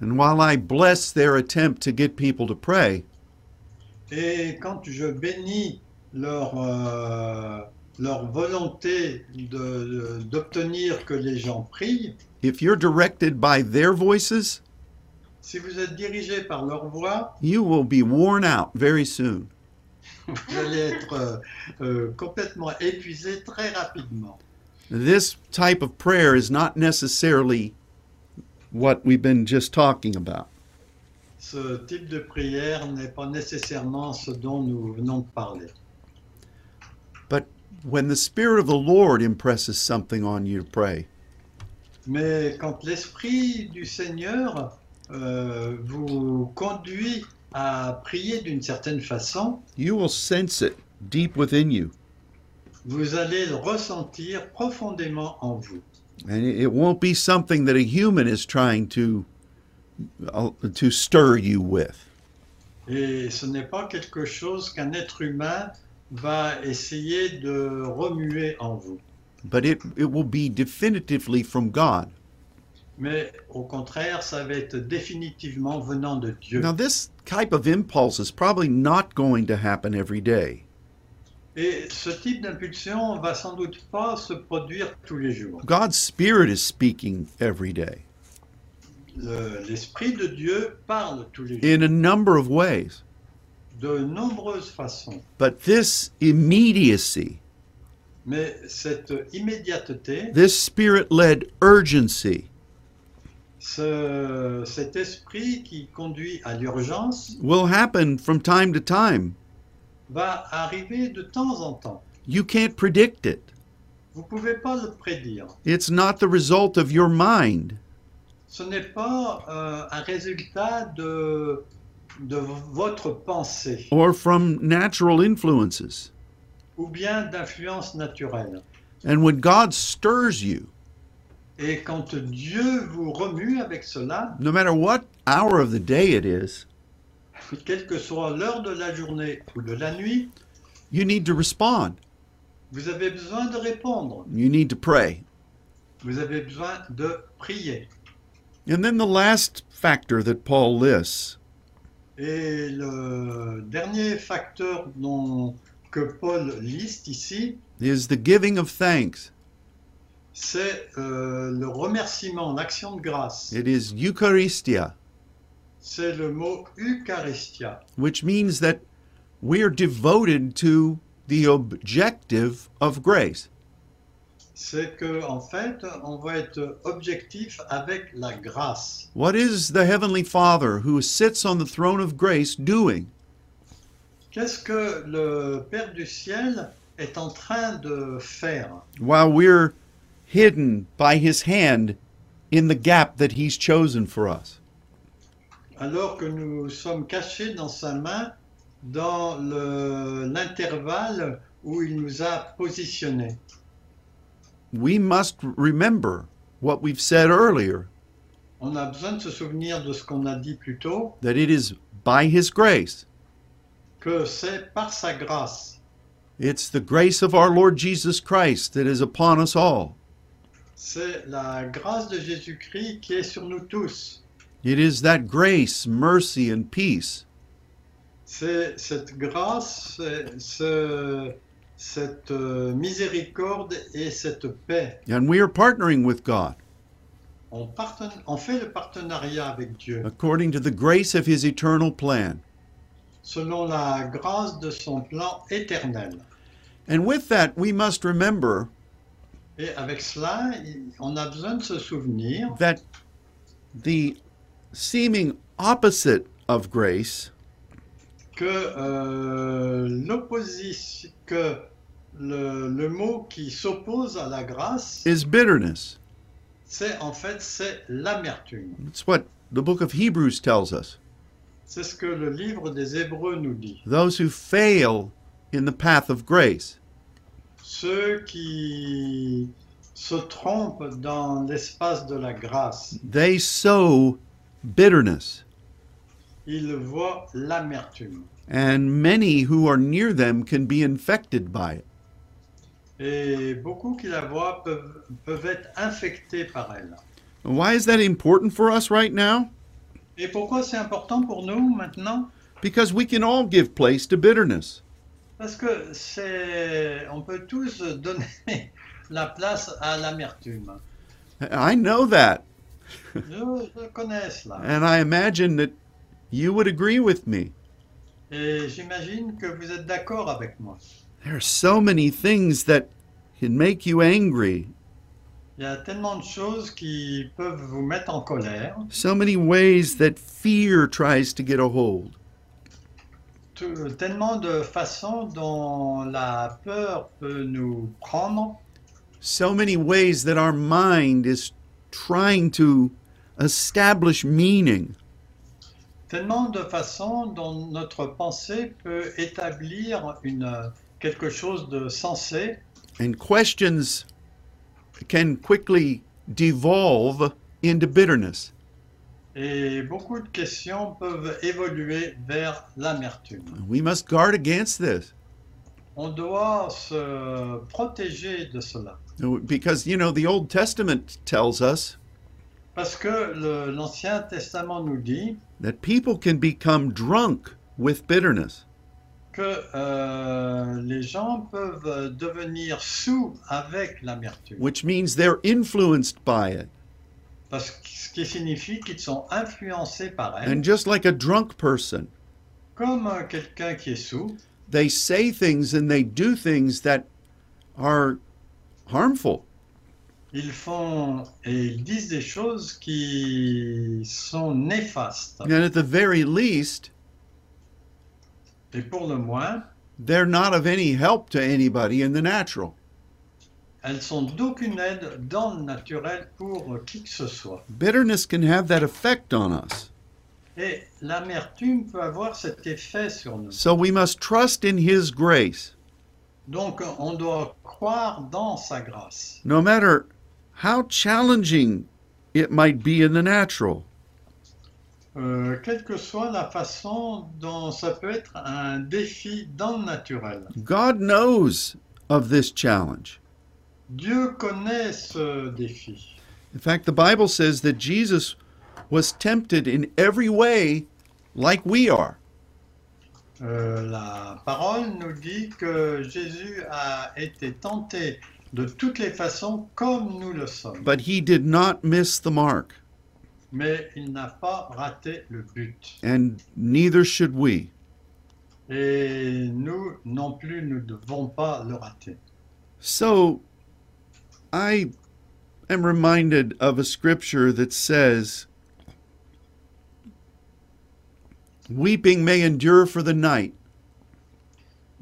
And while I bless their attempt to get people to pray,
Et quand je bénis leur, euh, leur volonté de- d'obtenir que les gens prient,
if you're directed by their voices,
si vous êtes dirigé par leur voix,
you will be worn out very soon.
vous allez être euh, euh, complètement épuisé très rapidement.
This type of prayer is not necessarily what we've been just talking about.
Ce type de prière n'est pas nécessairement ce dont nous venons de parler.
But when the Spirit of the Lord impresses something on you to pray,
Mais quand l'Esprit du Seigneur euh, vous conduit à prier d'une certaine façon,
you will sense it deep within you,
vous allez le ressentir profondément en vous.
and it it won't be something that a human is trying to uh, to stir you with.
Et ce n'est pas quelque chose qu'un être humain va essayer de remuer en vous.
But it, it will be definitively from God.
Mais au contraire, ça va être définitivement venant de Dieu.
Now, this type of impulse is probably not going to happen every day,
Et ce type d'impulsion va sans doute pas se produire tous les jours.
God's Spirit is speaking every day
Le- L'Esprit de Dieu parle tous les jours,
in a number of ways.
de nombreuses façons.
But this immediacy,
Mais cette immédiateté,
this spirit led urgency,
ce- cet esprit qui conduit à l'urgence,
will happen from time to time.
va arriver de temps en temps.
You can't predict it.
Vous ne pouvez pas le prédire.
It's not the result of your mind,
Ce n'est pas euh, un résultat de, de votre pensée
or from natural influences.
ou bien d'influence naturelle.
And when God stirs you,
Et quand Dieu vous remue avec cela,
no matter what hour of the day it is,
quelle que soit l'heure de la journée ou de la nuit,
you need to respond.
vous avez besoin de répondre,
You need to pray.
vous avez besoin de prier.
And then the last factor that Paul lists
Et le dernier facteur dont, que Paul liste ici,
is the giving of thanks.
c'est euh, le remerciement, l'action de grâce.
It is Eucharistia,
C'est le mot Eucharistia.
which means that we are devoted to the objective of grace.
c'est que en fait, on va être objectif avec la grâce.
What is the Heavenly Father who sits on the throne of grace doing?
Qu'est-ce que le Père du ciel est en train de faire
While we're hidden by His hand in the gap that He's chosen for us.
alors que nous sommes cachés dans sa main dans le- l'intervalle où il nous a positionnés
We must remember what we've said earlier
On a besoin de se souvenir de ce qu'on a dit plus tôt,
that it is by His grace.
que c'est par sa grâce.
It's the grace of our Lord Jesus Christ that is upon us all.
C'est la grâce de Jésus-Christ qui est sur nous tous.
It is that grace, mercy, and peace
C'est cette grâce, c'est- ce- cette euh, miséricorde et cette paix.
And we are partnering with God
On, parten- on fait le partenariat avec Dieu
according to the grace of His eternal plan.
selon la grâce de son plan éternel.
And with that, we must remember
Et avec cela, il- on a besoin de se souvenir
that the seeming opposite of grace
que euh, l'opposition, que le, le mot qui s'oppose à la grâce,
is bitterness.
c'est en fait c'est l'amertume.
It's what the book of Hebrews tells us.
C'est ce que le livre des Hébreux nous dit.
Those who fail in the path of grace
ceux qui se trompent dans l'espace de la grâce,
they sow bitterness,
ils voient l'amertume.
and many who are near them can be infected by it.
Et beaucoup qui la voient peuvent, peuvent être infectés par elle.
Why is that important for us right now?
Et pourquoi c'est important pour nous maintenant
Because we can all give place to bitterness.
Parce que c'est, on peut tous donner la place à l'amertume.
I know that,
Je, je connais cela.
and I imagine that you would agree with me.
Et j'imagine que vous êtes d'accord avec moi.
There are so many things that can make you angry
Il y a tellement de choses qui peuvent vous mettre en colère,
so many ways that fear tries to get a hold.
tout- tellement de façons dont la peur peut nous prendre,
so many ways that our mind is trying to establish meaning.
tellement de façons dont notre pensée peut établir une, quelque chose de sensé
And questions can quickly devolve into bitterness.
et beaucoup de questions peuvent évoluer vers l'amertume.
We must guard against this
On doit se protéger de cela.
because, you know, the Old Testament tells us
Parce que le- l'Ancien Testament nous dit
that people can become drunk with bitterness.
que euh, les gens peuvent devenir sous avec l'amertume.
which means they're influenced by it.
Parce que- ce qui signifie qu'ils sont influencés par elle.
And just like a drunk person,
Comme euh, quelqu'un qui est sous,
they say things and they do things that are harmful.
ils font et ils disent des choses qui sont néfastes.
And at the very least,
Et pour le moins,
they're not of any help to anybody in the natural.
elles sont d'aucune aide dans le naturel pour euh, qui que ce soit.
Bitterness can have that effect on us.
Et l'amertume peut avoir cet effet sur nous.
So we must trust in His grace,
Donc on doit croire dans sa grâce.
no matter how challenging it might be in the natural.
Euh, quelle que soit la façon dont ça peut être un défi dans le naturel.
God knows of this challenge.
Dieu connaît ce défi.
In fact, the Bible says that Jesus was tempted in every way like we are.
Euh, la parole nous dit que Jésus a été tenté de toutes les façons comme nous le sommes,
But he did not miss the mark,
mais il n'a pas raté le but.
and neither should we.
Et nous non plus, nous ne devons pas le rater.
So I am reminded of a scripture that says, Weeping may endure for the night,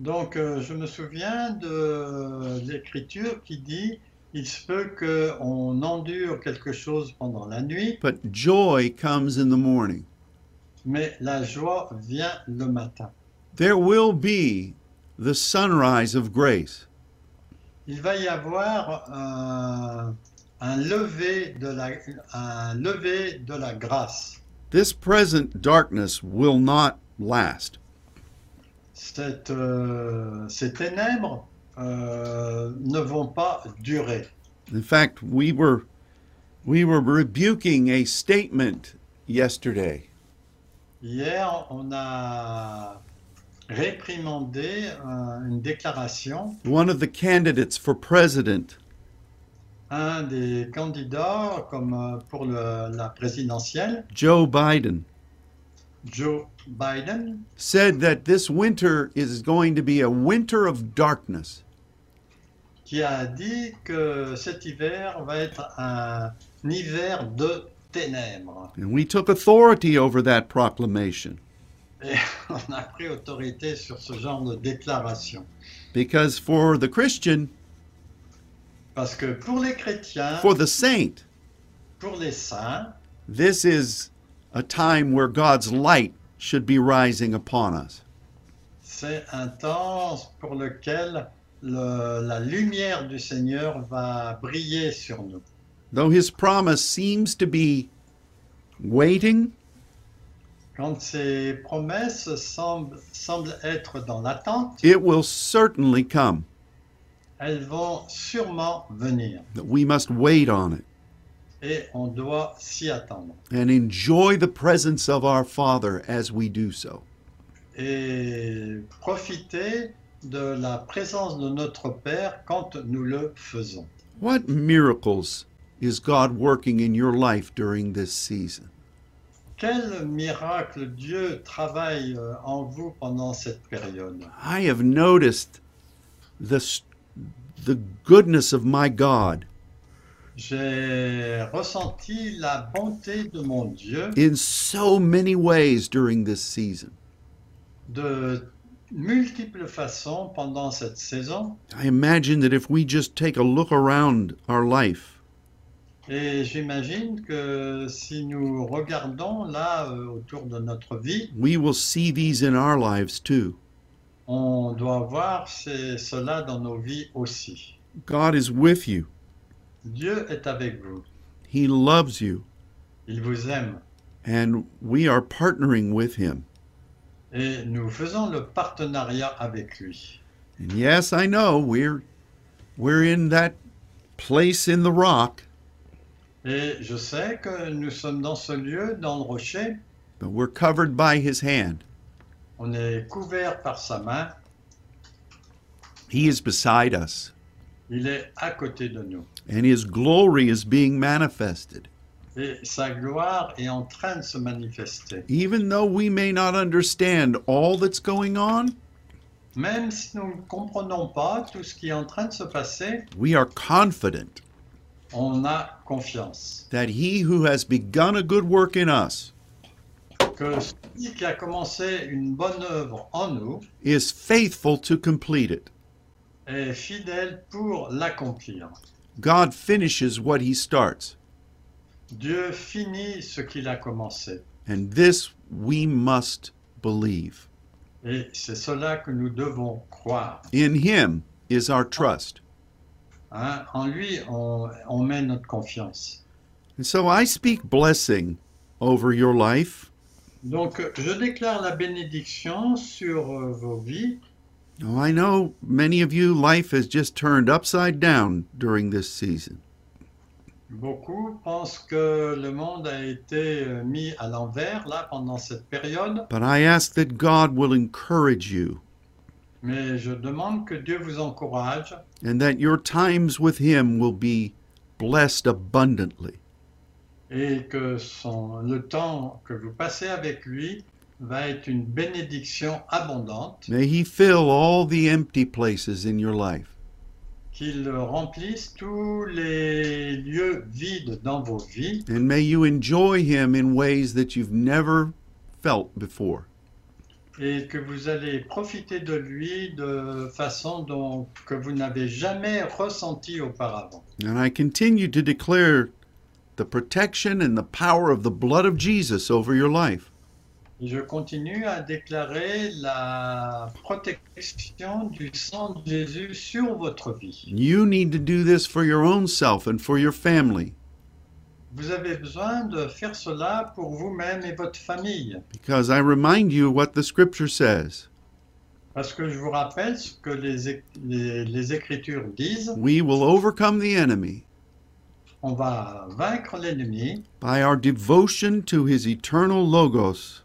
Donc, euh, je me souviens de l'Écriture qui dit, il se peut qu'on endure quelque chose pendant la nuit,
but joy comes in the morning.
mais la joie vient le matin.
There will be the sunrise of grace.
Il va y avoir un, un lever de la, un lever de la grâce.
This present darkness will not last.
Cette, euh, ces ténèbres euh, ne vont pas durer.
In fact, we were we were rebuking a statement yesterday
Hier, on a réprimandé euh, une déclaration.
one of the candidates for president
Un des candidats, comme euh, pour le- la présidentielle,
Joe Biden
Joe Biden,
said that this winter is going to be a winter of darkness
qui a dit que cet hiver va être un hiver de ténèbres.
and we took authority over that proclamation
Et on a pris autorité sur ce genre de déclaration.
because for the Christian
Parce que pour les chrétiens,
for the saint
pour les saints,
this is a time where God's light should be rising upon us
c'est un temps pour lequel le- la lumière du Seigneur va briller sur nous.
though his promise seems to be waiting
Quand ces promesses semblent, semblent être dans l'attente,
it will certainly come
elles vont sûrement venir
that we must wait on it
et on doit s'y attendre.
and enjoy the presence of our Father as we do so.
et profiter de la présence de notre Père quand nous le faisons.
What miracles is God working in your life during this season?
Quel miracle Dieu travaille euh, en vous pendant cette période.
I have noticed the, s- the goodness of my God
J'ai ressenti la bonté de mon Dieu
in so many ways during this season.
de multiples façons pendant cette saison
I imagine that if we just take a look around our life,
et j'imagine que si nous regardons là euh, autour de notre vie,
we will see these in our lives too.
on doit voir ces- cela dans nos vies aussi.
God is with you,
Dieu est avec vous,
He loves you,
il vous aime
and we are partnering with Him.
et nous faisons le partenariat avec lui.
And yes, I know we're we're in that place in the rock,
Et je sais que nous sommes dans ce lieu, dans le rocher,
but we're covered by his hand.
on est couvert par sa main,
He is beside us,
il est à côté de nous.
and his glory is being manifested.
Et sa gloire est en train de se manifester.
Even though we may not understand all that's going on,
Même si nous ne comprenons pas tout ce qui est en train de se passer,
we are confident
on a confiance
that he who has begun a good work in us
que celui qui a commencé une bonne œuvre en nous
is faithful to complete it.
est fidèle pour l'accomplir.
God finishes what he starts,
Dieu finit ce qu'il a commencé.
and this we must believe.
Et c'est cela que nous devons croire.
In him is our trust.
hein. En lui, on, on met notre confiance.
And so I speak blessing over your life.
Donc, je déclare la bénédiction sur euh, vos vies.
Now, I know many of you, life has just turned upside down during this season.
Beaucoup pensent que le monde a été euh, mis à l'envers là pendant cette période,
But I ask that God will encourage you
mais je demande que Dieu vous encourage
and that your times with Him will be blessed abundantly.
et que son- le temps que vous passez avec lui va être une bénédiction abondante,
May He fill all the empty places in your life.
qu'il remplisse tous les lieux vides dans vos vies
And may you enjoy Him in ways that you've never felt before.
et que vous allez profiter de lui de façon dont, que vous n'avez jamais ressenti auparavant.
And I continue to declare the protection and the power of the blood of Jesus over your life.
Et Je continue à déclarer la protection du sang de Jésus sur votre vie.
You need to do this for your own self and for your family
Vous avez besoin de faire cela pour vous-même et votre famille,
because I remind you what the scripture says.
parce que je vous rappelle ce que les, é- les- les Écritures disent,
We will overcome the enemy
on va vaincre l'ennemi
by our devotion to his eternal logos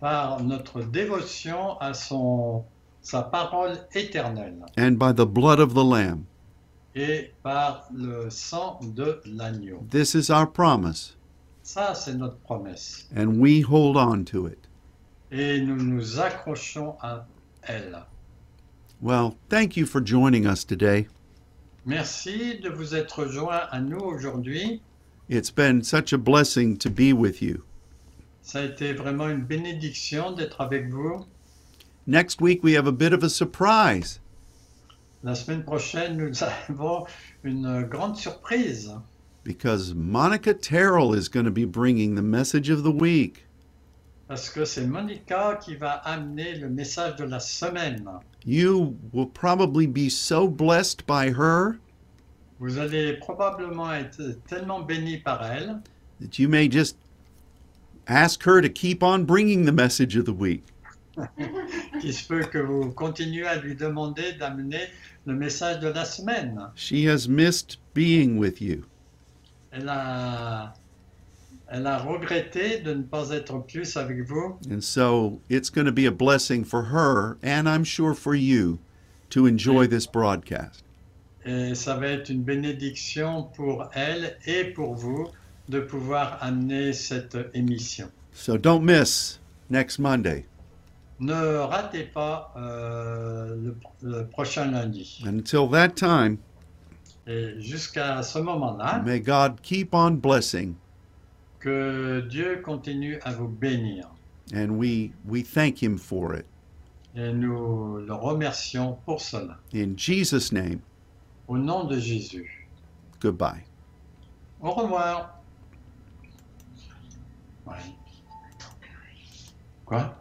par notre dévotion à son, sa parole éternelle
and by the blood of the lamb.
et par le sang de l'agneau.
This is our promise
Ça, c'est notre promesse.
and we hold on to it.
Et nous nous accrochons à elle.
Well, thank you for joining us today.
Merci de vous être joint à nous aujourd'hui.
It's been such a blessing to be with you.
Ça a été vraiment une bénédiction d'être avec vous.
Next week we have a bit of a surprise.
La semaine prochaine, nous avons une grande surprise
Because Monica Terrell is going to be bringing the message of the week.
parce que c'est Monica qui va amener le message de la semaine.
You will probably be so blessed by her
Vous allez probablement être tellement béni par elle
that you may just ask her to keep on bringing the message of the week.
qu'il se peut que vous continuez à lui demander d'amener le message de la semaine.
She has missed being with you.
Elle a, elle a regretté de ne pas être plus avec vous.
And so it's going to be a blessing for her, and I'm sure for you, to enjoy this broadcast.
Et ça va être une bénédiction pour elle et pour vous de pouvoir amener cette émission.
So don't miss next Monday.
Ne ratez pas euh, le, le prochain lundi.
Until that time,
Et jusqu'à ce moment-là,
May God keep on blessing.
que Dieu continue à vous bénir.
And we, we thank Him for it.
Et nous le remercions pour cela.
In Jesus' name,
Au nom de Jésus.
goodbye.
Au revoir. Ouais. Quoi